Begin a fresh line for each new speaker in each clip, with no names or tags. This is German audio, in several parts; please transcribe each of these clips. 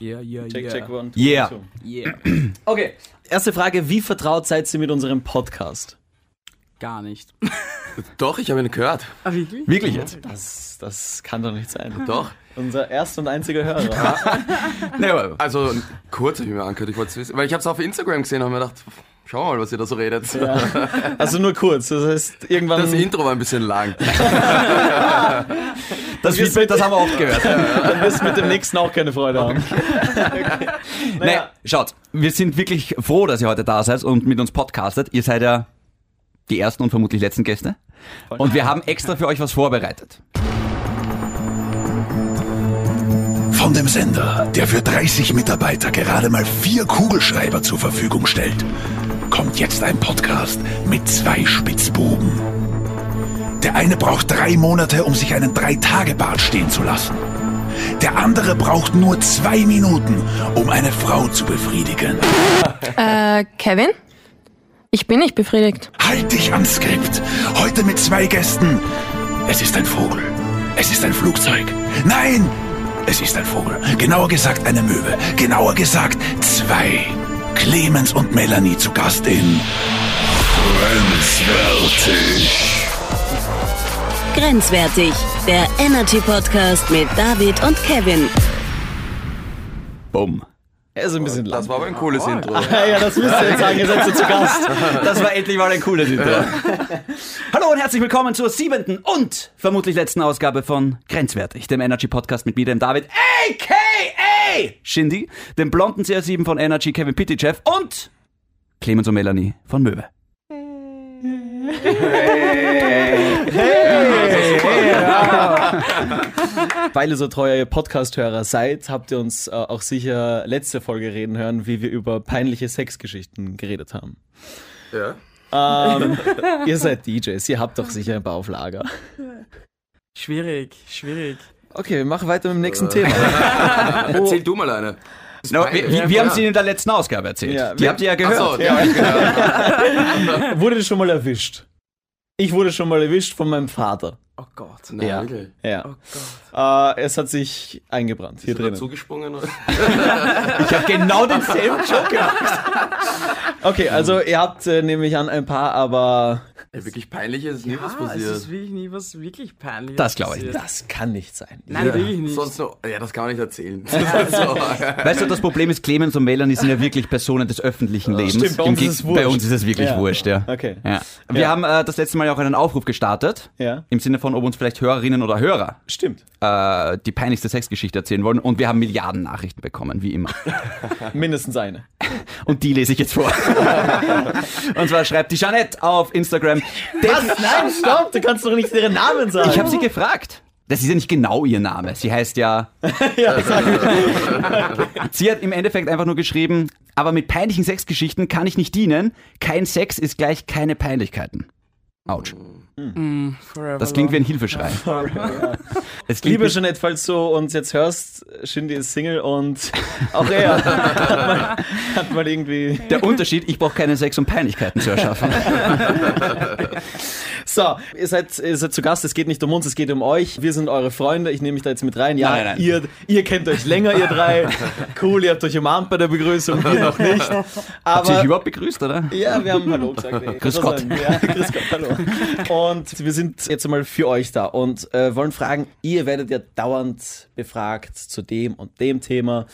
Yeah, yeah,
Check,
yeah.
check, one, two,
Yeah.
three, two.
Yeah.
Okay, erste Frage, wie vertraut seid ihr mit unserem Podcast?
Gar nicht.
Doch, ich habe ihn gehört.
Ah, wirklich?
Wirklich jetzt? Das, das kann doch nicht sein.
Doch.
Unser erst und einziger Hörer.
Nee, aber-
Also kurz habe ich mir angehört, ich wollte es wissen. Weil ich habe es auf Instagram gesehen und habe mir gedacht, schau mal, was ihr da so redet.
also nur kurz, das heißt, irgendwann...
Das Intro war ein bisschen lang.
das, Feedback, das haben wir oft gehört.
Dann wirst du mit dem nächsten auch keine Freude haben.
Naja.
Naja.
schaut, wir sind wirklich froh, dass ihr heute da seid und mit uns podcastet. Ihr seid ja die ersten und vermutlich letzten Gäste. Und wir haben extra für euch was vorbereitet.
Von dem Sender, der für 30 Mitarbeiter gerade mal vier Kugelschreiber zur Verfügung stellt, kommt jetzt ein Podcast mit zwei Spitzbuben. Der eine braucht drei Monate, um sich einen Drei-Tage-Bart stehen zu lassen. Der andere braucht nur zwei Minuten, um eine Frau zu befriedigen.
Äh, Kevin? Ich bin nicht befriedigt.
Halt dich am Skript. Heute mit zwei Gästen. Es ist ein Vogel. Es ist ein Flugzeug. Nein! Es ist ein Vogel. Genauer gesagt eine Möwe. Genauer gesagt zwei. Clemens und Melanie zu Gast in Bremswärtig.
Grenzwertig, der Energy Podcast mit David und Kevin.
Bumm.
Er ist ein bisschen lang.
Das war aber ein cooles Intro.
Ja, ja, das müsst ihr jetzt sagen, ihr seid so zu Gast.
Das war endlich mal ein cooles Intro. Hallo und herzlich willkommen zur siebenten und vermutlich letzten Ausgabe von Grenzwertig, dem Energy Podcast mit mir, dem David, a.k.a. Shindy, dem blonden CR7 von Energy, Kevin Pitychev und Clemens und Melanie von Möwe.
Weil ihr so treue Podcast-Hörer seid, habt ihr uns äh, auch sicher letzte Folge reden hören, wie wir über peinliche Sexgeschichten geredet haben.
Ja.
Ähm, ihr seid DJs, ihr habt doch sicher ein paar auf Lager.
Schwierig, schwierig.
Okay, mach weiter mit dem nächsten Thema.
Erzähl du mal eine.
No, wir wir, wir haben sie in der letzten Ausgabe erzählt.
Ja,
die
wir-
habt ihr ja gehört.
Achso, ja, genau.
Wurde schon mal erwischt. Ich wurde schon mal erwischt von meinem Vater.
Oh Gott.
Nein,
Ja.
wirklich.
Oh
Ja.
Gott.
Äh, es hat sich eingebrannt hier
Ist er da
drinnen.
zugesprungen?
Ich habe genau denselben Joke gemacht.
Okay, also ihr habt, äh, nehme ich an, ein paar, aber
Ey, wirklich peinlich ist nie was
Ah, es ist
passiert.
wirklich nie was wirklich peinliches.
Das glaub ich
passiert.
das kann nicht sein.
Nein, wirklich nicht.
Sonst noch, ja, das kann man nicht erzählen. so.
Weißt du, das Problem ist, Clemens und Melanie sind ja wirklich Personen des öffentlichen Lebens.
Stimmt, bei
Im
uns
Geg-
ist es wurscht.
Bei uns ist es wirklich
Ja.
wurscht, ja.
Okay.
ja. Wir
Ja.
haben äh, das letzte Mal ja auch einen Aufruf gestartet.
Ja.
Im Sinne von, ob uns vielleicht Hörerinnen oder Hörer
Stimmt.
äh, die peinlichste Sexgeschichte erzählen wollen. Und wir haben Milliarden Nachrichten bekommen, wie immer.
Mindestens eine.
Und die lese ich jetzt vor. und zwar schreibt die Jeanette auf Instagram.
Was? Nein, stopp, du kannst doch nicht ihren Namen sagen.
Ich habe sie gefragt. Das ist ja nicht genau ihr Name. Sie heißt ja.
ja, sag mir.
Sie hat im Endeffekt einfach nur geschrieben, aber mit peinlichen Sexgeschichten kann ich nicht dienen. Kein Sex ist gleich keine Peinlichkeiten. Autsch.
Hm.
Mm, Forever
Das klingt wie ein
long.
Hilfeschrei. Es klingt
Liebe
wie-
Jeanette, falls du uns jetzt hörst, Shindy ist Single und auch er hat mal, hat mal irgendwie.
der Unterschied, ich brauche keinen Sex, um Peinlichkeiten zu erschaffen.
So, ihr seid, ihr seid zu Gast, es geht nicht um uns, es geht um euch. Wir sind eure Freunde, ich nehme mich da jetzt mit rein. Ja,
Nein, nein, nein.
Ihr, ihr kennt euch länger, ihr drei. Cool, ihr habt euch umarmt bei der Begrüßung, wir noch nicht.
Habt ihr euch
Aber.
überhaupt begrüßt, oder?
Ja, wir haben Hallo gesagt. ey.
Grüß Gott.
Ja, grüß Gott, hallo. Und wir sind jetzt mal für euch da und äh, wollen fragen, ihr werdet ja dauernd befragt zu dem und dem Thema.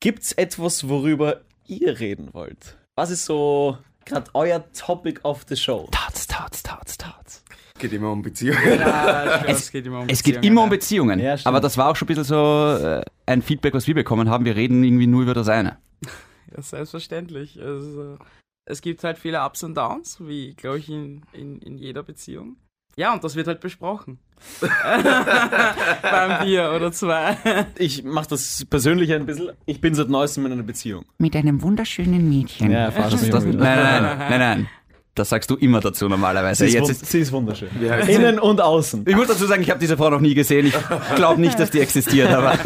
Gibt's etwas, worüber ihr reden wollt? Was ist so gerade euer Topic of the Show?
Tarts, tarts, tarts, tarts.
Geht immer um Beziehungen.
Ja, ich glaub, es geht immer um
Es geht immer um
Beziehungen,
Beziehungen.
Ja, stimmt.
aber das war auch schon ein bisschen so äh, ein Feedback, was wir bekommen haben. Wir reden irgendwie nur über das eine.
ja. Ja, selbstverständlich. Also, es gibt halt viele Ups und Downs, wie, glaube ich, in, in, in jeder Beziehung. Ja, und das wird halt besprochen. Beim Bier oder zwei.
Ich mache das persönlich ein bisschen. Ich bin seit neuestem in einer Beziehung.
Mit einem wunderschönen Mädchen.
Ja, verarsch
das,
mich
das,
mal
nein,
wieder.
nein, nein, nein, nein. Das sagst du immer dazu normalerweise. Jetzt ist,
sie ist wunderschön.
Wie heißt
Innen und außen.
ich muss dazu sagen, ich habe diese Frau noch nie gesehen. Ich glaube nicht, dass die existiert, aber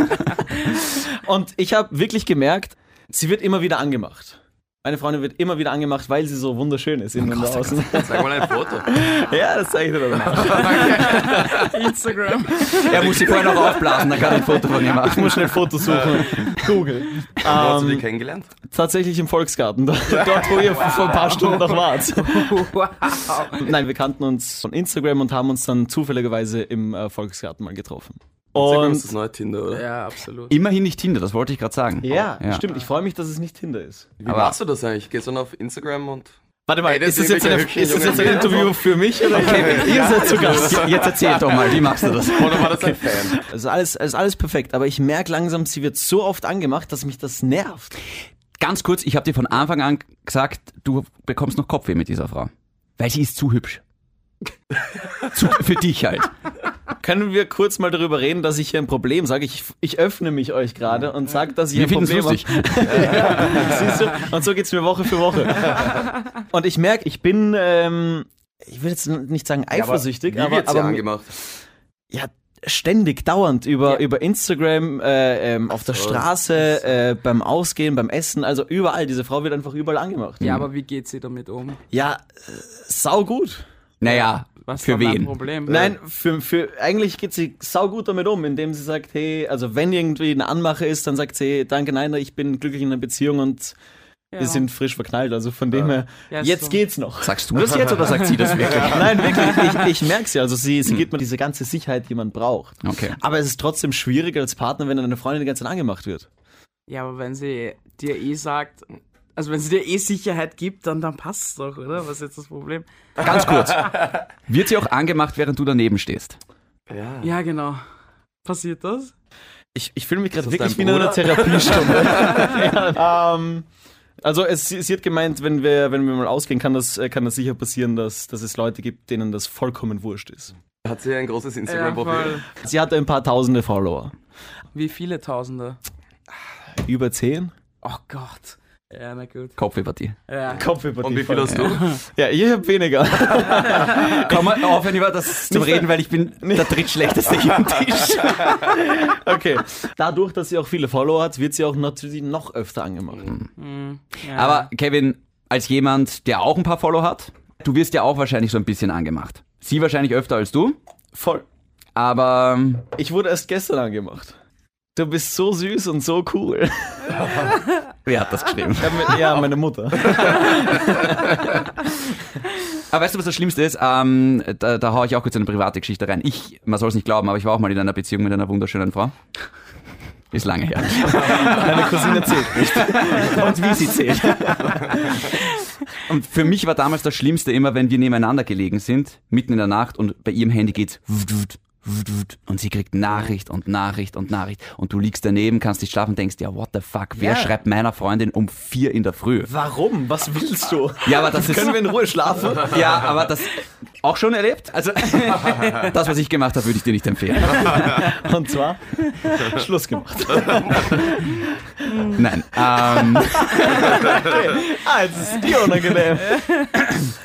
Und ich habe wirklich gemerkt, sie wird immer wieder angemacht. Meine Freundin wird immer wieder angemacht, weil sie so wunderschön ist innen und außen.
Sag mal ein Foto.
Ja, das zeige ich dir dann.
Instagram.
Er muss sie vorher noch aufblasen, dann kann er ein Foto von ihr
Ich
machen.
muss schnell Fotos suchen. Google.
Wo hast du die kennengelernt?
Tatsächlich im Volksgarten, dort, dort wo ihr vor ein paar Stunden noch wart.
Wow.
Nein, wir kannten uns von Instagram und haben uns dann zufälligerweise im äh, Volksgarten mal getroffen.
Instagram ist
Und
das neue Tinder, oder?
Ja, absolut.
Immerhin nicht Tinder, das wollte ich gerade sagen.
ja, stimmt. Ich freue mich, dass es nicht Tinder ist.
Wie machst du das eigentlich? Gehst du dann auf Instagram und.
Warte mal,
Ey, das
ist das
sind
jetzt, eine,
wirklich
ist das
junge
jetzt ein
Männer.
Interview für mich? Oder? Okay, ihr seid zu Gast.
Jetzt erzähl doch mal, wie machst du das?
Oder war das ein Fan?
Es ist alles, es ist alles perfekt, aber ich merke langsam, sie wird so oft angemacht, dass mich das nervt.
Ganz kurz, ich habe dir von Anfang an gesagt, du bekommst noch Kopfweh mit dieser Frau. Weil sie ist zu hübsch. zu, für dich halt.
Können wir kurz mal darüber reden, dass ich hier ein Problem sage? Ich, ich öffne mich euch gerade und sage, dass ich
Wir
ein
finden es
Problem
lustig.
habe. Siehst du? Und so geht's mir Woche für Woche. Und ich merke, ich bin, ähm, ich will jetzt nicht sagen eifersüchtig,
Wie
aber,
wird's
aber,
dir angemacht?
ja, ständig, dauernd über, über Instagram, äh, ähm, auf der Straße, äh, beim Ausgehen, beim Essen, also überall. Diese Frau wird einfach überall angemacht.
Ja, aber wie geht sie damit um?
Ja, äh, sau gut.
Naja,
Was ist
für
dann dein
wen?
Problem?
Nein, für, für, eigentlich geht sie sau gut damit um, indem sie sagt, hey, also wenn irgendwie eine Anmache ist, dann sagt sie, hey, danke, nein, ich bin glücklich in einer Beziehung und
Ja.
wir sind frisch verknallt. Also von dem her,
Ja, ist
jetzt
so.
geht's noch.
Sagst du das jetzt oder sagt sie das wirklich?
Nein, wirklich, ich, ich merke sie. Also sie, sie gibt mir diese ganze Sicherheit, die man braucht.
Okay.
Aber es ist trotzdem schwieriger als Partner, wenn eine Freundin die ganze Zeit angemacht wird.
Ja, aber wenn sie dir eh sagt, also wenn sie dir eh Sicherheit gibt, dann, dann passt es doch, oder? Was ist jetzt das Problem?
Ganz kurz. Wird sie auch angemacht, während du daneben stehst?
Ja.
Ja, genau. Passiert das?
Ich, ich fühle mich gerade
das
wirklich wie
dein
in einer Therapiestunde. ja, ähm, also es, sie sie hat gemeint, wenn wir, wenn wir mal ausgehen, kann das, äh, kann das sicher passieren, dass, dass es Leute gibt, denen das vollkommen wurscht ist.
Hat sie ein großes
Ja,
Instagram-Profil?
voll.
Sie hatte ein paar tausende Follower.
Wie viele Tausende?
Über zehn?
Oh Gott. Ja, na gut.
Kopfweh bei dir.
Ja.
Kopf über
und wie viel hast du?
Ja, ich habe weniger.
Komm mal aufhören über das zum Reden, weil ich bin der drittschlechteste hier am Tisch.
Okay. Dadurch, dass sie auch viele Follower hat, wird sie auch natürlich noch öfter angemacht.
Ja.
Aber Kevin, als jemand, der auch ein paar Follow hat, du wirst ja auch wahrscheinlich so ein bisschen angemacht. Sie wahrscheinlich öfter als du,
Voll.
aber ähm,
Ich wurde erst gestern angemacht. Du bist so süß und so cool.
wer hat das geschrieben?
Ja, me- Ja, meine Mutter.
Aber weißt du, was das Schlimmste ist? Ähm, da da haue ich auch kurz eine private Geschichte rein. Ich, man soll es nicht glauben, aber ich war auch mal in einer Beziehung mit einer wunderschönen Frau. Ist lange her.
Meine Cousine zählt nicht.
Und wie sie zählt. Und für mich war damals das Schlimmste immer, wenn wir nebeneinander gelegen sind, mitten in der Nacht und bei ihrem Handy geht's wut, wut, wut, wut, und sie kriegt Nachricht und Nachricht und Nachricht und du liegst daneben, kannst nicht schlafen, denkst, ja, what the fuck, wer
Ja.
schreibt meiner Freundin um vier in der Früh?
Warum? Was willst du?
Ja, aber das ist...
Können wir in Ruhe schlafen?
ja, aber das auch schon erlebt. Also das, was ich gemacht habe, würde ich dir nicht empfehlen.
Und zwar Schluss gemacht.
Nein. Ähm,
Ah, jetzt ist es dir unangenehm.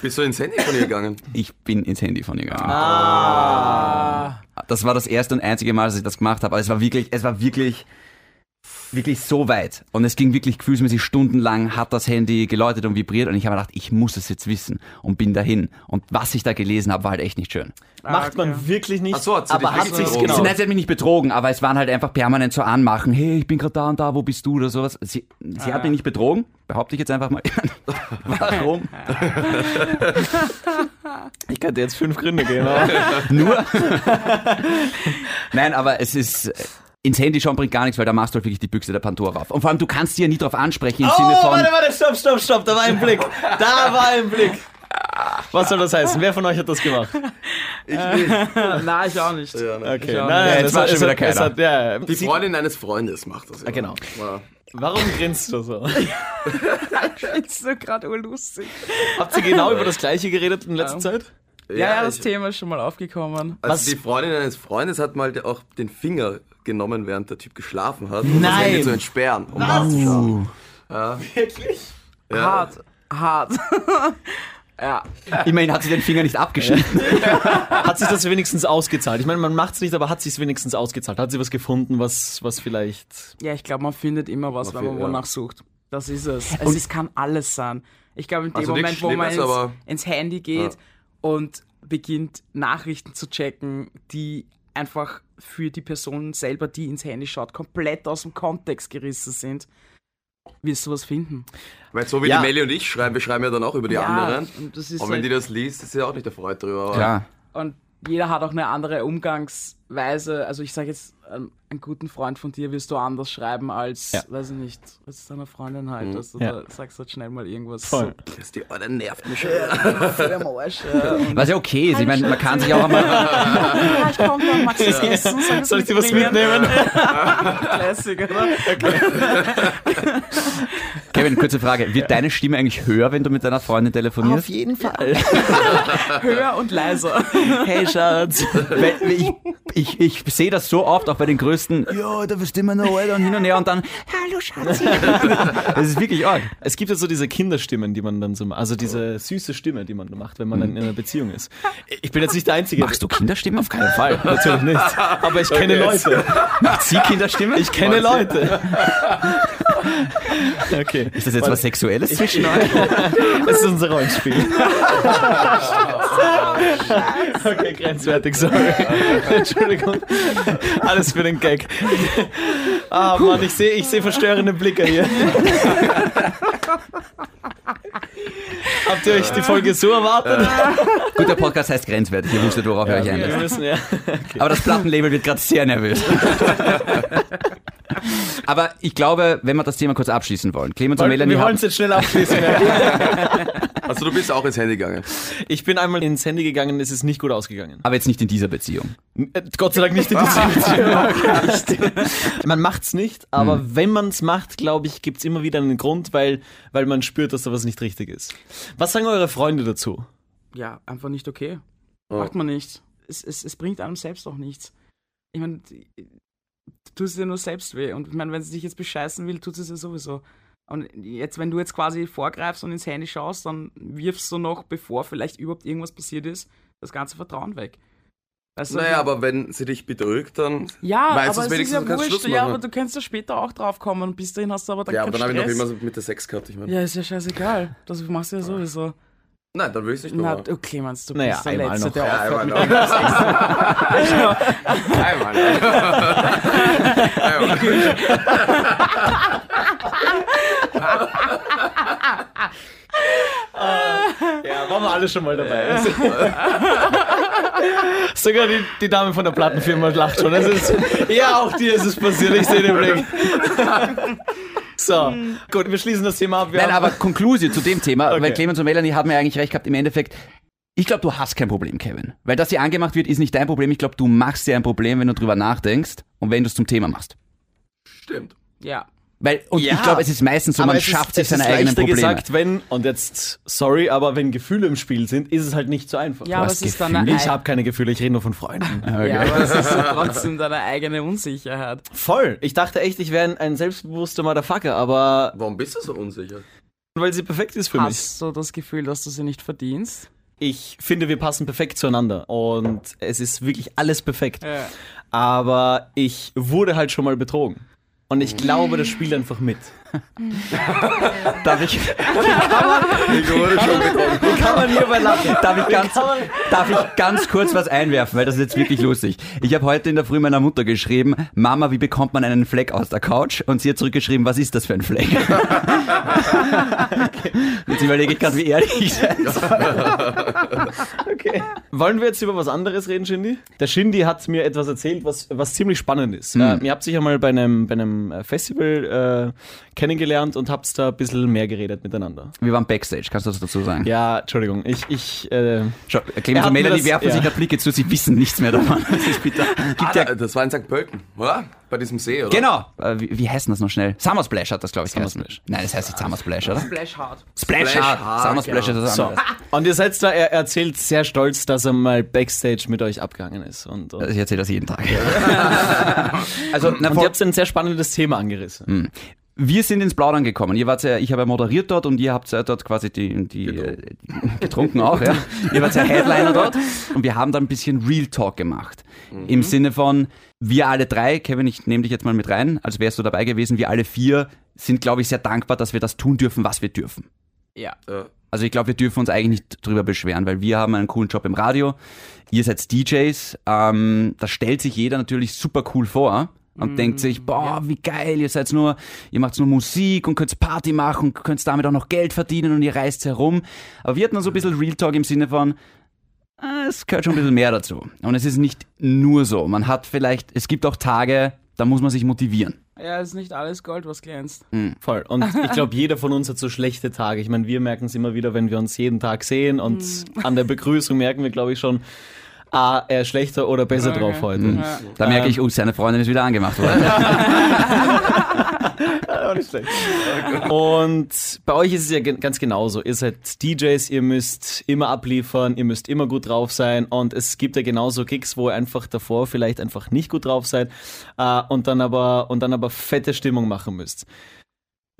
Bist du ins Handy von ihr gegangen?
ich bin ins Handy von ihr gegangen.
Ah.
Ah, Das war das erste und einzige Mal, dass ich das gemacht habe. Aber es war wirklich, es war wirklich, wirklich so weit. Und es ging wirklich gefühlsmäßig stundenlang, hat das Handy geläutet und vibriert. Und ich habe mir gedacht, ich muss es jetzt wissen und bin dahin. Und was ich da gelesen habe, war halt echt nicht schön.
Macht man wirklich nicht.
Ach so, hat sie
aber
dich
hat
wirklich
sich's
betrogen?
genau.
Sie, nein, sie hat mich nicht betrogen, aber es waren halt einfach permanent so Anmachen. Hey, ich bin gerade da und da, wo bist du oder sowas. Sie, sie hat mich nicht betrogen, behaupte ich jetzt einfach mal. Warum?
Ich könnte jetzt fünf Gründe geben. aber-
Nur. Nein, aber es ist. äh, Ins Handy schauen bringt gar nichts, weil da machst du halt wirklich die Büchse der Pandora auf. Und vor allem, du kannst sie ja nie drauf ansprechen im
Oh,
Sinne von.
warte, warte, stopp, stopp, stopp. Da war ein Blick. Da war ein Blick. Was soll das heißen? Wer von euch hat das gemacht?
Nein, ich auch nicht.
Äh. Okay,
Ja,
jetzt
es
war
hat-
schon
es
wieder
hat- es
keiner.
hat- ja, ja.
Die Freundin eines Freundes macht das. Immer.
genau.
Wow.
Warum grinst du so?
Ist so gerade urlustig.
Habt ihr genau über das Gleiche geredet in letzter
Ja.
Zeit?
Ja, ja, das Thema ist schon mal aufgekommen.
Also
Was-
die Freundin eines Freundes hat mal auch den Finger genommen, während der Typ geschlafen hat, um das
Nein. Uh.
Handy zu entsperren. Um nachzuschauen.
Hart. Hart.
Immerhin hat sie den Finger nicht abgeschnitten.
Hat sich das wenigstens ausgezahlt? Ich meine, man macht's nicht, aber hat sich's wenigstens ausgezahlt? Hat sie was gefunden, was, was vielleicht.
Ja, ich glaube, man findet immer was, wenn man
viel, ja.
wonach sucht. Das ist es. Also es
Und-
ist, kann alles sein. Ich glaube, in dem
Also nichts
Moment, wo man
Schlimmes, aber-
ins, ins Handy geht und beginnt, Nachrichten zu checken, die einfach für die Person selber, die ins Handy schaut, komplett aus dem Kontext gerissen sind, wirst du was finden.
Weil so wie
Ja.
die Melli und ich schreiben, wir schreiben ja dann auch über die
Ja,
anderen.
und das ist
und wenn
halt-
die das liest, ist sie auch nicht erfreut drüber. Aber
Klar.
und jeder hat auch eine andere Umgangsweise. Also ich sage jetzt, ähm, einen guten Freund von dir wirst du anders schreiben als,
Ja. Mhm.
weiß ich nicht, als deiner Freundin halt. Also
Ja.
da sagst du halt schnell mal irgendwas.
Voll.
Das, die, oh, der nervt mich.
So, voll am Arsch, äh, und
Was ja okay ist. Ich meine, man kann sich auch einmal.
vielleicht kommt noch Max das Essen.
Soll ich dir was mitnehmen?
Classic, oder?
Kevin, kurze Frage. Wird deine Stimme eigentlich höher, wenn du mit deiner Freundin telefonierst?
jeden Fall.
Höher und leiser.
Hey, Schatz.
Weil ich, ich, ich sehe das so oft, auch bei den größten, ja, da bestimmen wir noch Alter", und hin und her und dann, hallo Schatzi. Das ist wirklich arg.
Es gibt ja so diese Kinderstimmen, die man dann so macht. Also diese süße Stimme, die man macht, wenn man dann in einer Beziehung ist. Ich bin jetzt nicht der Einzige.
Hm. Machst du Kinderstimmen? Auf keinen
Fall, natürlich nicht. Aber ich kenne Leute.
Macht sie Kinderstimmen?
Ich kenne Leute. Okay.
Ist das jetzt was Sexuelles zwischen euch?
Das ist unser Rollenspiel. okay, grenzwertig, sorry. Entschuldigung. Alles für den Gag. Ah, Mann, ich sehe ich seh verstörende Blicke hier. Habt ihr euch die Folge so erwartet?
Gut, der Podcast heißt grenzwertig. Ihr wusstet, worauf ihr euch
wir
einlässt.
müssen, ja.
Aber das Plattenlabel wird gerade sehr nervös. Aber ich glaube, wenn wir das Thema kurz abschließen wollen, Clemens und Melanie
Wir wollen
haben,
es jetzt schnell abschließen.
Also du bist auch ins Handy gegangen.
Ich bin einmal ins Handy gegangen, es ist nicht gut ausgegangen.
aber jetzt nicht in dieser Beziehung.
Äh, Gott sei Dank nicht in dieser Beziehung. man macht's nicht, aber
Hm.
wenn man's macht, glaube ich, gibt's immer wieder einen Grund, weil, weil man spürt, dass da was nicht richtig ist. Was sagen eure Freunde dazu?
Ja, einfach nicht okay.
Oh.
Macht man nicht. Es, es, es bringt einem selbst auch nichts. Ich meine, die- du tust dir nur selbst weh. Und ich meine, wenn sie dich jetzt bescheißen will, tut sie es ja sowieso. Und jetzt, wenn du jetzt quasi vorgreifst und ins Handy schaust, dann wirfst du noch, bevor vielleicht überhaupt irgendwas passiert ist, das ganze Vertrauen weg. Weißt du,
Naja, aber wenn sie dich betrügt, dann
ja,
weißt
aber
du es
es ist
wenigstens
ja
und kannst
wurscht.
Schluss
Ja,
machen.
aber du kannst ja später auch drauf kommen und bis dahin hast du aber dann
ja, aber
keinen
dann habe ich noch
Stress.
immer so mit der Sex gehabt. Ich meine,
ja, ist ja scheißegal. Das machst du ja sowieso.
nein, dann will ich es nicht mehr.
Na,
machen.
okay, meinst du,
Naja,
bist der
einmal
Letzte,
noch.
der
Ja,
aufhört
einmal
mit
noch. Einmal. Einmal.
Ja, waren wir alle schon mal dabei. Sogar die, die Dame von der Plattenfirma lacht schon. Es ist, ja, auch dir ist es passiert, ich sehe den Blick. So, gut, wir schließen das Thema ab. Wir
Hm. Nein,
haben-
aber Konklusion zu dem Thema,
Okay.
weil Clemens und Melanie haben ja eigentlich recht gehabt, im Endeffekt, ich glaube, du hast kein Problem, Kevin. Weil dass dir angemacht wird, ist nicht dein Problem. Ich glaube, du machst dir ein Problem, wenn du drüber nachdenkst und wenn du es zum Thema machst.
Stimmt.
Ja,
Weil, und
Ja.
ich glaube, es ist meistens so,
Aber
man
es
schafft
ist,
sich
es
seine
ist
eigenen
leichter
Probleme.
gesagt, wenn, und jetzt, sorry, aber wenn Gefühle im Spiel sind, ist es halt nicht so einfach.
ja aber
hast
es ist dann
Gefühle?
eine
Ich habe keine Gefühle, ich rede nur von Freunden.
Ja, aber es ist ja trotzdem deine eigene Unsicherheit.
Voll. Ich dachte echt, ich wäre ein, ein selbstbewusster Motherfucker, aber
Warum bist du so unsicher?
weil sie perfekt ist für
Hast du das Gefühl, dass du sie nicht verdienst?
mich. Ich finde, wir passen perfekt zueinander und es ist wirklich alles perfekt.
Ja.
Aber ich wurde halt schon mal betrogen. Und ich glaube, das spielt einfach mit.
Darf ich,
Ich wurde schon getroffen.
Kann man hierbei lachen?
darf, ich ganz, darf ich ganz kurz was einwerfen, weil das ist jetzt wirklich lustig. Ich habe heute in der Früh meiner Mutter geschrieben, Mama, wie bekommt man einen Fleck aus der Couch? Und sie hat zurückgeschrieben, was ist das für ein Fleck? Jetzt überlege ich gerade, wie ehrlich ich sein soll.
Okay. Wollen wir jetzt über was anderes reden, Shindy? Der Shindy hat mir etwas erzählt, was, was ziemlich spannend ist. Äh, ihr habt sich ja mal bei einem, bei einem äh, Festival äh, kennengelernt und habt da ein bisschen mehr geredet miteinander.
Wir waren Backstage, kannst du das dazu sagen?
Ja, Entschuldigung, ich, ich, äh,
Schau,
Er
Clemens
hat
und
mir
Melanie
das-
werfen
ja.
sich gerade Blicke zu, sie wissen nichts mehr davon. Das ist bitter.
Ah,
Gibt ja,
da, das war in St. Pölten, oder? Bei diesem See, oder?
genau. Äh, wie, wie heißt denn das noch schnell? Summer Splash hat das, glaube ich, Summer Splash. Nein, das heißt nicht Summer Splash, oder?
Flash hard.
Splash,
Splash
Hard.
Hard,
Summer Splash
genau.
ist das
so.
andere.
Und ihr seid da, er erzählt sehr stolz, dass er mal Backstage mit euch abgegangen ist. Und, und,
Also ich erzähle das jeden Tag. also, na,
und ihr
vor,
habt ein sehr spannendes Thema angerissen.
wir sind ins Plaudern gekommen. Ihr wart ja, ich habe ja moderiert dort und ihr habt ja dort quasi die, die getrunken, getrunken auch, ja. Ihr wart ja Headliner dort und wir haben dann ein bisschen Real Talk gemacht. Im Sinne von, wir alle drei, Kevin, ich nehme dich jetzt mal mit rein, als wärst du dabei gewesen, wir alle vier sind, glaube ich, sehr dankbar, dass wir das tun dürfen, was wir dürfen.
Ja.
Ja.
Also ich glaube, wir dürfen uns eigentlich nicht drüber beschweren, weil wir haben einen coolen Job im Radio. Ihr seid DJs. Ähm, das stellt sich jeder natürlich super cool vor und denkt sich, boah, wie geil, ihr seid nur, ihr macht nur Musik und könnt Party machen und könnt damit auch noch Geld verdienen und ihr reist herum. Aber wir hatten dann so ein bisschen Real Talk im Sinne von, äh, es gehört schon ein bisschen mehr dazu. Und es ist nicht nur so. Man hat vielleicht, es gibt auch Tage, da muss man sich motivieren.
Ja, ist nicht alles Gold, was glänzt.
Voll. Und ich glaube, jeder von uns hat so schlechte Tage. Ich meine, wir merken es immer wieder, wenn wir uns jeden Tag sehen und an der Begrüßung merken wir, glaube ich, schon, ah, er ist schlechter oder besser drauf heute.
Ja.
Da merke ich, oh, seine Freundin ist wieder angemacht worden.
Und bei euch ist es ja gen- ganz genauso. Ihr seid DJs, ihr müsst immer abliefern, ihr müsst immer gut drauf sein. Und es gibt ja genauso Gigs, wo ihr einfach davor vielleicht einfach nicht gut drauf seid äh, und, dann aber, und dann aber fette Stimmung machen müsst.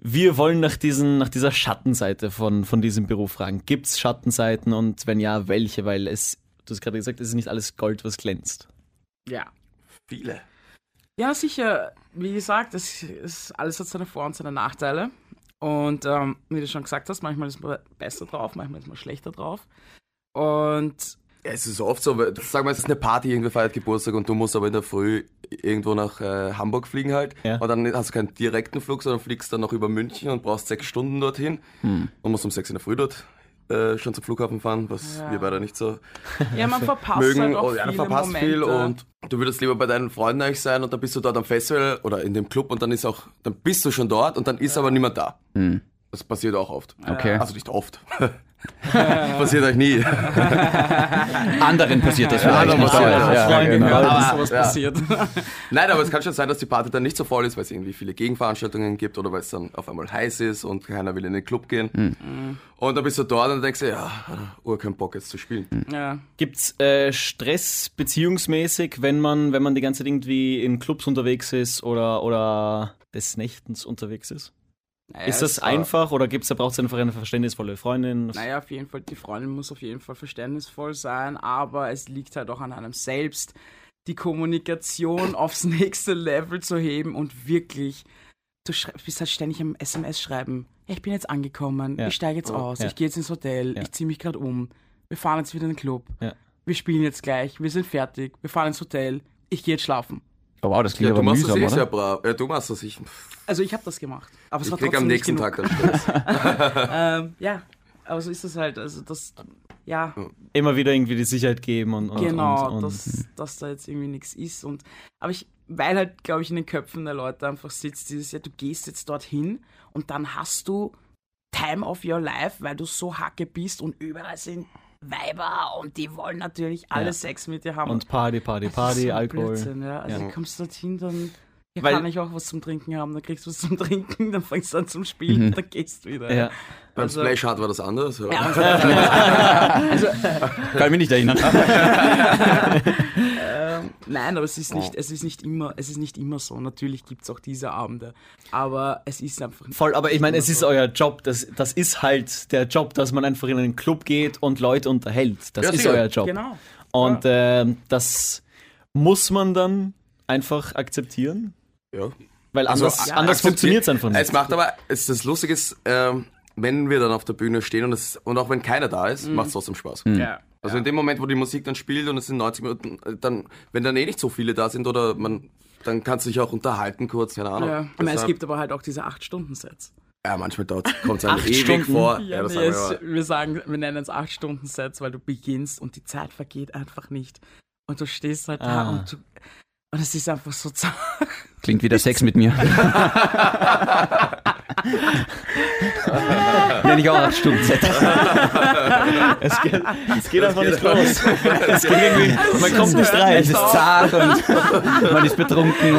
Wir wollen nach, diesen, nach dieser Schattenseite von, von diesem Beruf fragen. Gibt es Schattenseiten und wenn ja, welche? Weil es, du hast gerade gesagt, es ist nicht alles Gold, was glänzt.
Ja.
Viele.
Ja, sicher. Wie gesagt, es ist, alles hat seine Vor- und seine Nachteile. Und ähm, wie du schon gesagt hast, manchmal ist man besser drauf, manchmal ist man schlechter drauf. Und
Ja, es ist oft so, weil, sag mal, es ist eine Party, irgendwer feiert Geburtstag und du musst aber in der Früh irgendwo nach äh, Hamburg fliegen halt.
Ja.
Und dann hast du keinen direkten Flug, sondern fliegst dann noch über München und brauchst sechs Stunden dorthin und musst um sechs in der Früh dort äh, schon zum Flughafen fahren, was wir beide nicht so
ja, man verpasst
mögen.
halt auch
Oh, ja, du
viele
verpasst
Momente.
viel und du würdest lieber bei deinen Freunden eigentlich sein und dann bist du dort am Festival oder in dem Club und dann ist auch, dann bist du schon dort und dann ist aber niemand da. Das passiert auch oft.
Okay.
Also nicht oft. passiert euch nie.
Anderen passiert das vielleicht
anderen
nicht.
passiert
aber-
das.
ja,
Freunde
genau.
gehört, dass sowas
Ja.
passiert.
Nein, aber es kann schon sein, dass die Party dann nicht so voll ist, weil es irgendwie viele Gegenveranstaltungen gibt oder weil es dann auf einmal heiß ist und keiner will in den Club gehen.
Mhm.
Und dann bist du dort und denkst dir, ja, Uhr keinen Bock jetzt zu spielen.
Hm.
Ja.
Gibt's äh, Stress beziehungsmäßig, wenn man, wenn man die ganze Zeit irgendwie in Clubs unterwegs ist oder, oder des Nächtens unterwegs ist?
Naja,
ist das
es-
einfach oder gibt's da braucht es einfach eine verständnisvolle Freundin?
Naja, auf jeden Fall, die Freundin muss auf jeden Fall verständnisvoll sein, aber es liegt halt auch an einem selbst, die Kommunikation aufs nächste Level zu heben und wirklich. Du schrei- bist halt ständig am SMS schreiben. Hey, ich bin jetzt angekommen,
Ja. Oh,
ich steige jetzt aus,
ja.
ich gehe jetzt ins Hotel,
Ja.
ich ziehe mich gerade um, wir fahren jetzt wieder in den Club,
Ja.
wir spielen jetzt gleich, wir sind fertig, wir fahren ins Hotel, ich gehe jetzt schlafen.
Oh, wow, das klingt
Ja, du
aber
machst
mühsam,
das eh
oder?
sehr brav. Ja, du machst das. Ich,
Also ich habe das gemacht, aber es
ich
war
krieg
trotzdem
am
nicht
nächsten
genug. Also
Tag dann Stress.
Ähm, ja, aber so ist das halt. Also das, ja,
Immer wieder irgendwie die Sicherheit geben und, und
Genau,
und, und,
dass, dass da jetzt irgendwie nichts ist. Und, aber ich, weil halt, glaube ich, in den Köpfen der Leute einfach sitzt dieses, ja, du gehst jetzt dorthin und dann hast du Time of your life, weil du so hacke bist und überall sind Weiber und die wollen natürlich alle
Ja.
Sex mit dir haben.
und Party, Party,
Das ist so
Party,
ein
Alkohol.
Blödsinn, ja. Also
Ja.
du kommst dorthin, dann ja,
Weil-
kann ich auch was zum Trinken haben, dann kriegst du was zum Trinken, dann fängst du an zum Spielen, dann gehst du wieder.
Mhm. Ja.
Beim
Also-
Splash Hard war das anders. Oder?
Ja,
Kann mich nicht erinnern.
Nein, aber es ist nicht, es ist nicht immer, es ist nicht immer so. Natürlich gibt es auch diese Abende, aber es ist einfach nicht.
Voll, aber ich meine, es ist euer Job. Das, das ist halt der Job, dass man einfach in einen Club geht und Leute unterhält. Das
Ja,
ist
sicher.
euer Job.
Genau.
Und ähm, das muss man dann einfach akzeptieren,
Ja.
weil
Also,
anders,
a-
anders
akzeptier-
funktioniert es einfach nicht.
Es macht aber, es, das Lustige ist, ähm, wenn wir dann auf der Bühne stehen und, es, und auch wenn keiner da ist,
Mhm.
macht es trotzdem Spaß.
Ja.
Also in dem Moment, wo die Musik dann spielt und es sind 90 Minuten, äh, dann, wenn dann eh nicht so viele da sind oder man, dann kannst du dich auch unterhalten kurz, keine Ahnung.
Ja. Ich meine, es
Deshalb-
gibt aber halt auch diese 8-Stunden-Sets.
ja, manchmal kommt es einem
Acht
ewig
Stunden?
vor.
Ja,
das
nee,
haben wir
es,
aber-
wir sagen, wir nennen es 8-Stunden-Sets, weil du beginnst und die Zeit vergeht einfach nicht. Und du stehst halt da
Ah.
und du. Und es ist einfach so zart.
Ah,
Klingt wie der Sex mit mir. Nenn ich auch acht Stunden Set.
Es geht, es geht einfach nicht los. Es geht irgendwie, man kommt nicht rein.
Es ist zart und man ist betrunken.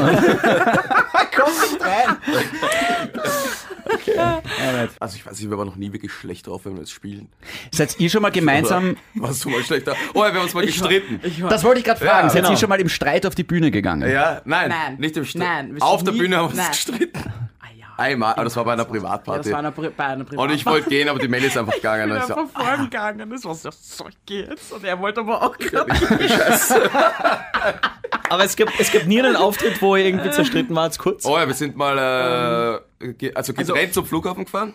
Also ich weiß nicht, wir waren noch nie wirklich schlecht drauf, wenn wir jetzt spielen.
Seid ihr schon mal gemeinsam,
Oder Warst du mal schlecht drauf? Oh, wir haben uns mal gestritten.
Ich war,
das wollte ich gerade fragen,
Ja,
seid
genau.
ihr schon mal im Streit auf die Bühne gegangen?
Ja, nein,
Nein.
nicht im Streit.
Nein, wir
Auf
sind
der
nie-
Bühne haben wir uns
Nein.
gestritten.
ah, ja.
Einmal, aber das war bei einer
ja, das
Privatparty.
war eine, Pri- bei einer Privat.
und ich wollte gehen, aber die Mail ist einfach
Ich
gegangen.
bin
Und ich so,
einfach vorgegangen. Das war so, so geht's. Und er wollte aber auch gerade.
Aber es gibt, es gibt nie einen Auftritt, wo ihr irgendwie zerstritten wart, kurz.
Oh ja, wir sind mal äh, ge also getrennt zum Flughafen gefahren.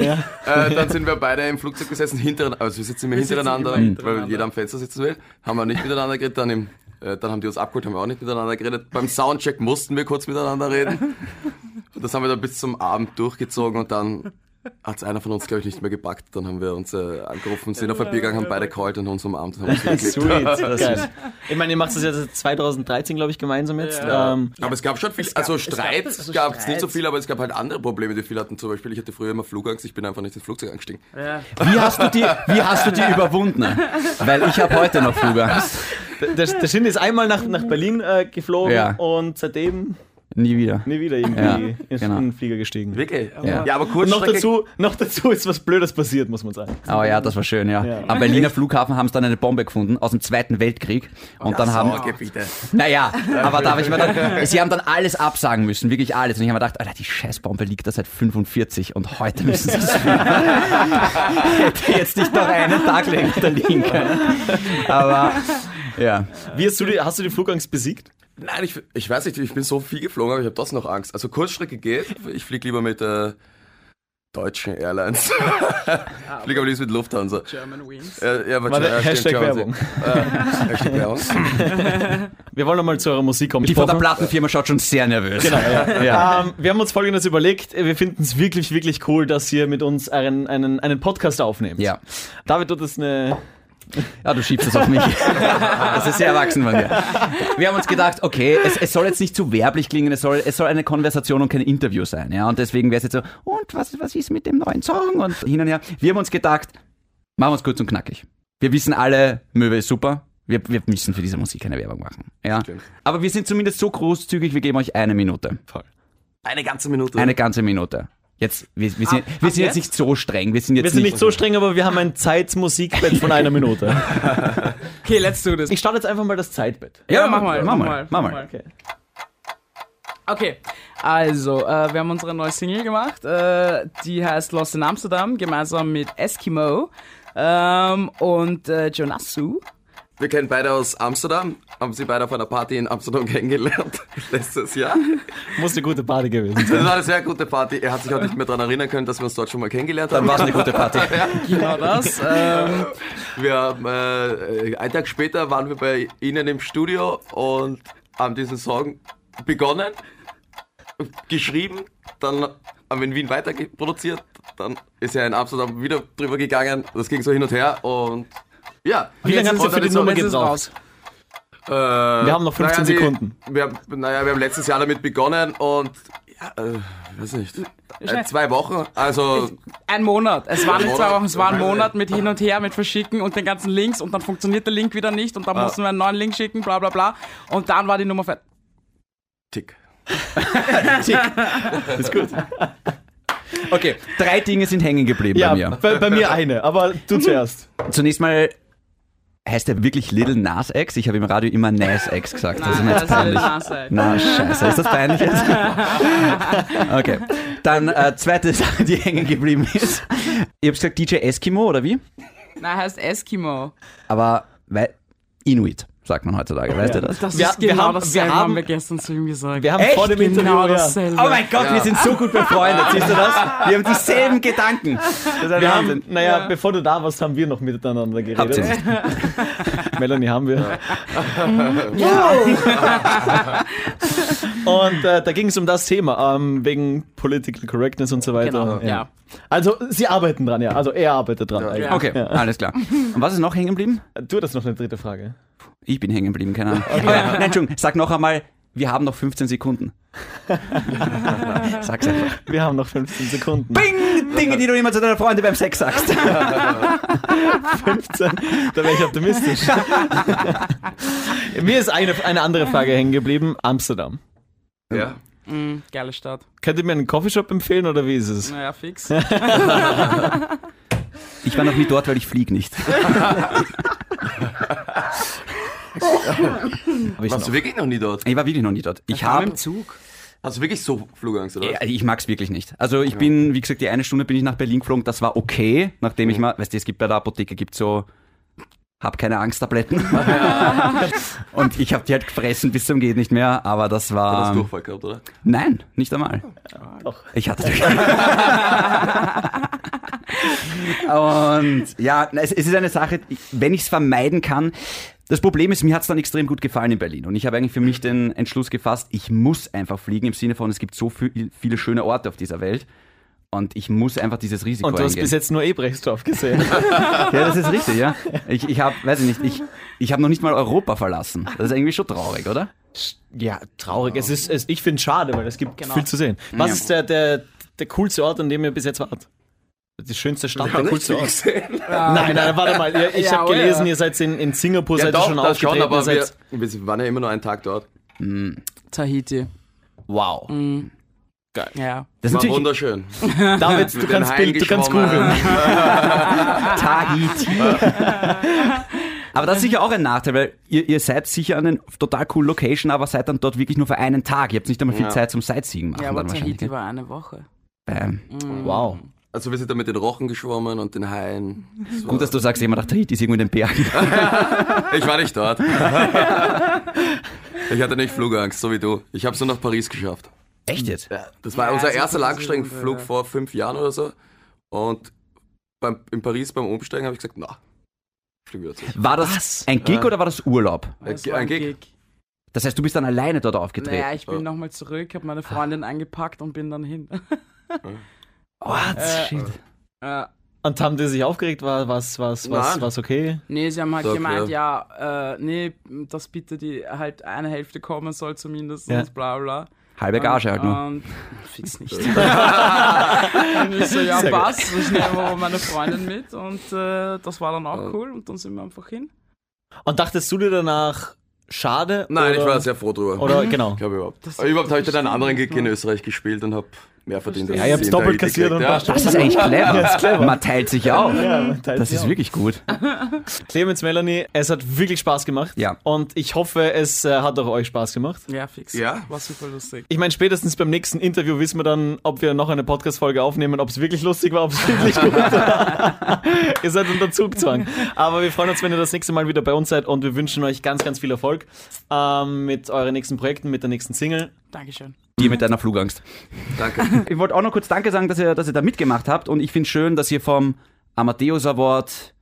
Ja.
Äh, dann sind wir beide im Flugzeug gesessen, hintereinander, also wir sitzen immer
sitzen
hintereinander,
immer
weil
hintereinander.
jeder am Fenster sitzen will. Haben wir nicht miteinander geredet, dann, im, äh, dann haben die uns abgeholt, haben wir auch nicht miteinander geredet. Beim Soundcheck mussten wir kurz miteinander reden. Und das haben wir dann bis zum Abend durchgezogen und dann hat es einer von uns, glaube ich, nicht mehr gepackt. Dann haben wir uns äh, angerufen, sind auf ein Bier gegangen, haben beide geheult und uns umarmt und haben uns geklebt.
Sweet. das ist- Ich meine, ihr macht das ja seit 2013, glaube ich, gemeinsam jetzt. Ähm,
Aber es gab schon viel, also Streit
es gab- also
gab es nicht so
Streit.
viel, aber es gab halt andere Probleme, die viele hatten. Zum Beispiel, ich hatte früher immer Flugangst, ich bin einfach nicht ins Flugzeug angestiegen.
Ja.
Wie hast du die, wie hast du die überwunden? Weil ich habe heute noch Flugangst.
der, der Shin ist einmal nach, nach Berlin äh, geflogen
Ja.
und seitdem
Nie wieder.
nie wieder irgendwie
Ja,
in
genau.
den Flieger gestiegen.
Wirklich?
Ja.
Ja, aber kurz
Und noch dazu, noch dazu ist was Blödes passiert, muss man sagen.
Aber ja, das war schön, ja.
Ja.
Am Berliner Flughafen haben sie dann eine Bombe gefunden aus dem Zweiten Weltkrieg.
Oh,
Und dann haben. Naja, aber da habe ich mir dann, sie haben dann alles absagen müssen, wirklich alles. Und ich habe mir gedacht, Alter, die Scheißbombe liegt da seit 45 und heute müssen sie es Hätte jetzt nicht noch einen Tag länger da liegen können. Aber, ja.
Wie hast du die, hast du die Flugangst besiegt?
Nein, ich, ich weiß nicht, ich bin so viel geflogen, aber ich habe das noch Angst. Also Kurzstrecke geht, ich fliege lieber mit äh, deutschen Airlines. ich fliege am liebsten mit Lufthansa.
German Wings.
Äh, ja, aber
Warte,
äh, stimmt,
Hashtag
German
Werbung.
Sea. Äh, Hashtag Werbung.
Wir wollen nochmal zu eurer Musik kommen.
Die von der
Gesprochen.
Plattenfirma schaut schon sehr nervös. Genau, ja.
Ähm, wir haben uns folgendes überlegt. Wir finden es wirklich, wirklich cool, dass ihr mit uns einen, einen, einen Podcast aufnehmt.
Ja.
David, du das eine.
Ja, du schiebst es auf mich. Das ist sehr erwachsen von dir. Wir haben uns gedacht, okay, es, es soll jetzt nicht zu werblich klingen, es soll, es soll eine Konversation und kein Interview sein. Ja? Und deswegen wäre es jetzt so, und was, was ist mit dem neuen Song? Und hin und her. Wir haben uns gedacht, machen wir es kurz und knackig. Wir wissen alle, Möwe ist super. Wir, wir müssen für diese Musik keine Werbung machen. Ja?
Stimmt.
Aber wir sind zumindest so großzügig, wir geben euch eine Minute.
Eine ganze Minute.
Eine ganze Minute. Jetzt, wir, wir sind, wir sind jetzt nicht so streng. Wir sind jetzt
Wir sind nicht so streng, aber wir haben ein Zeitmusikbett von einer Minute.
Okay, let's do this.
Ich starte jetzt einfach mal das Zeitbett.
Ja, mach mal, mach
mach
mal, mach mal.
Okay.
Okay, also, äh, wir haben unsere neue Single gemacht. Äh, die heißt Lost in Amsterdam, gemeinsam mit Eskimo ähm, und äh, Jonassu.
Wir kennen beide aus Amsterdam, haben sie beide auf einer Party in Amsterdam kennengelernt letztes Jahr.
Muss eine gute Party gewesen sein.
Das war eine sehr gute Party. Er hat sich auch nicht mehr daran erinnern können, dass wir uns dort schon mal kennengelernt haben.
War es eine gute Party?
Genau das. Ähm,
Wir haben, äh, einen Tag später waren wir bei Ihnen im Studio und haben diesen Song begonnen, geschrieben, dann haben wir in Wien weiter ge- produziert, dann ist er in Amsterdam wieder drüber gegangen, das ging so hin und her und ja.
Wie lange haben Sie
Und
für
dann
die
ist so-
Nummer
jetzt ist es
gebraucht?
raus.
äh, wir
haben noch 15 Sekunden.
Wir haben, naja, wir haben letztes Jahr damit begonnen und ja, äh, weiß nicht. Äh, zwei Wochen, also
Ein Monat. Es waren nicht zwei
Monat.
Wochen, es war ein Monat mit hin und her, mit Verschicken und den ganzen Links und dann funktioniert der Link wieder nicht und dann mussten wir einen neuen Link schicken, bla bla bla. Und dann war die Nummer fertig.
Tick.
Ist gut.
Okay, drei Dinge sind hängen geblieben
Ja,
bei mir.
bei, bei mir eine, aber du zuerst.
Zunächst mal heißt er wirklich Little Nas X? Ich habe im Radio immer Nas X gesagt. Das ist mir jetzt peinlich.
peinlich.
Na, scheiße, ist das peinlich jetzt? Okay. Dann äh, zweite Sache, die hängen geblieben ist. Ihr habt gesagt DJ Eskimo, oder wie?
Na, heißt Eskimo.
Aber weil, Inuit, sagt man heutzutage, weißt du das?
Das
Wir-
ist
wir
genau
haben- wir
dasselbe, haben,
haben-
wir gestern zu ihm gesagt.
Wir haben
Echt?
vor dem Interview.
genau
ja.
dasselbe.
Oh mein Gott, wir sind so gut befreundet, siehst du das? Wir haben dieselben Gedanken. Das ist ein
Wir
Wahnsinn.
haben, naja, bevor du da warst, haben wir noch miteinander
Habt ihr
geredet.
nicht.
Melanie haben wir. und äh, da ging es um das Thema, ähm, wegen Political Correctness und so weiter.
Genau, ja.
Also, sie arbeiten dran, ja. Also, er arbeitet dran. eigentlich.
Okay, alles klar. Und was ist noch hängen geblieben?
Du hattest noch eine dritte Frage.
Ich bin hängen geblieben, keine Ahnung. Oh ja, nein, Entschuldigung, sag noch einmal, wir haben noch 15 Sekunden. Sag's einfach.
Wir haben noch 15 Sekunden.
Bing! Dinge, die du immer zu deiner Freundin beim Sex sagst.
15. Da wäre ich optimistisch. Mir ist eine, eine andere Frage hängen geblieben. Amsterdam.
Ja.
Mhm, geile Stadt.
Könnt ihr mir einen Coffeeshop empfehlen oder wie ist es?
Naja, fix.
Ich war noch nie dort, weil ich flieg nicht.
Hab ich
Warst du wirklich noch nie dort?
Ich war wirklich noch nie dort. Ich
Kam
habe.
im Zug.
Hast du wirklich so Flugangst oder? was?
Ja, Äh, Ich mag's wirklich nicht. Also ich bin, wie
Mhm.
gesagt, die eine Stunde bin ich nach Berlin geflogen, das war okay, nachdem ich mal, weißt du, es gibt bei der Apotheke gibt so hab keine Angsttabletten. und ich habe die halt gefressen bis zum geht nicht mehr, aber das
Das
war
Durchfall gehabt, oder?
Nein, nicht einmal.
Doch.
Ich hatte Und ja, na, es, es ist eine Sache, ich- wenn ich es vermeiden kann. Das Problem ist, mir hat es dann extrem gut gefallen in Berlin. Und ich habe eigentlich für mich den Entschluss gefasst, ich muss einfach fliegen im Sinne von, es gibt so viel, viele schöne Orte auf dieser Welt. Und ich muss einfach dieses Risiko
Und du hast
eingehen.
bis jetzt nur Ebrechtsdorf gesehen.
Ja, das ist richtig, ja. Ich, ich habe, weiß ich nicht, ich, ich habe noch nicht mal Europa verlassen. Das ist irgendwie schon traurig, oder?
ja, traurig. Es ist, es, ich finde es schade, weil es gibt viel zu sehen. Was
Ja.
ist der, der, der coolste Ort, an dem ihr bis jetzt wart? Die schönste Stadt, der coolste Ort. Nein, nein, warte mal. Ihr- Ich
Ja,
habe
oder?
gelesen, ihr seid in, in Singapur,
Ja,
seid ihr
doch,
schon
das
aufgetreten.
schon,
ihr
aber wir,
seid,
wir waren ja immer nur einen Tag dort.
Tahiti.
wow.
Ja.
Das ist
War
natürlich
wunderschön.
David, du
Mit den
kannst,
Haien
Bild, du kannst
geschwommen.
googeln.
Tahiti. Aber das ist sicher auch ein Nachteil, weil ihr, ihr seid sicher an einer total coolen Location, aber seid dann dort wirklich nur für einen Tag. Ihr habt nicht einmal viel
Ja.
Zeit zum Sightseeing machen.
Ja, aber
dann wahrscheinlich,
Tahiti
gell?
war eine Woche.
Bam.
Wow.
Also wir sind da mit den Rochen geschwommen und den Haien. Das war-
Gut, dass du sagst, jemand nach Tahiti ist irgendwo in den Bergen.
Ich war nicht dort. Ich hatte nicht Flugangst, so wie du. Ich habe es nur nach Paris geschafft.
Echt jetzt?
Das war
Ja,
unser
das ist
erster
ein bisschen
Langstreckenflug
unter-
vor fünf Jahren oder so. Und beim, in Paris beim Umsteigen habe ich gesagt, na, ich flieg wieder zurück.
War das ein Gig
Ja.
oder war das Urlaub?
Es
Ein
war
Gig?
Das heißt, du bist dann alleine dort aufgetreten.
Naja, ich bin
Ja.
nochmal zurück, habe meine Freundin eingepackt und bin dann hin.
What?
Äh,
Shit.
äh,
Und haben die sich aufgeregt? War was, was, was,
Nein.
was okay?
nee, sie haben halt
Doch,
gemeint, ja, äh, nee, dass bitte die halt eine Hälfte kommen soll zumindest,
Ja.
bla bla.
Halbe Gage halt nur.
Und, fix nicht. und ich so, ja,
Sehr gut.
passt. Ich nehme meine Freundin mit und äh, das war dann auch cool und dann sind wir einfach hin.
Und dachtest du dir danach schade?
Nein,
oder,
ich war sehr froh drüber. Mhm.
Oder genau.
Ich glaube überhaupt.
Das-
Aber überhaupt habe ich dann einen anderen Gig in
Ja.
Österreich gespielt und habe mehr verdient. als
Ja, ihr
habt's
in
doppelt
Tahiti
kassiert
gekriegt.
und
ja.
passt.
Das ist eigentlich clever.
Ja, ist clever.
Man teilt sich auf.
Ja, teilt
das
sich
ist
auf.
wirklich gut.
Clemens, Melanie, es hat wirklich Spaß gemacht.
Ja.
Und ich hoffe, es äh, hat auch euch Spaß gemacht.
Ja, fix.
Ja.
War super lustig.
Ich meine, spätestens beim nächsten Interview wissen wir dann, ob wir noch eine Podcast-Folge aufnehmen, ob es wirklich lustig war, ob es wirklich gut war. ihr seid unter Zugzwang. Aber wir freuen uns, wenn ihr das nächste Mal wieder bei uns seid und wir wünschen euch ganz, ganz viel Erfolg ähm, mit euren nächsten Projekten, mit der nächsten Single.
Dankeschön.
Dir mit deiner Flugangst.
Danke.
Ich wollte auch noch kurz Danke sagen, dass ihr, dass ihr da mitgemacht habt. Und ich finde schön, dass ihr vom Amadeus Award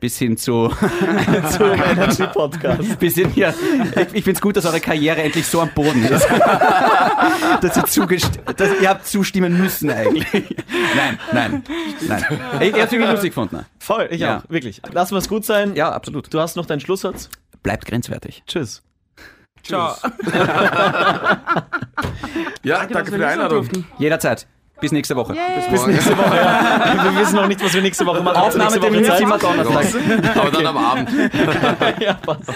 bis hin zu.
Zum Energy Podcast.
Bis hin, ja, ich ich finde es gut, dass eure Karriere endlich so am Boden ist. dass, ihr zugest dass ihr habt zustimmen müssen eigentlich. Nein, nein, nein. Ich, ich hab's wirklich lustig gefunden.
Voll, ich
Ja.
auch, wirklich. Lassen wir es gut sein.
Ja, absolut.
Du hast noch deinen Schlusssatz.
Bleibt grenzwertig.
Tschüss.
Ciao.
Ja,
dass
danke, für die
wir hier sein
Einladung.
durften.
Jederzeit. Bis nächste Woche.
Bis nächste Woche.
Ah Wir wissen noch nicht, was wir nächste Woche machen.
Aufnahme
Nächste Woche
dem
Zeit.
Zimmer Donnerstag.
Aber dann am Abend.
Ja, passt.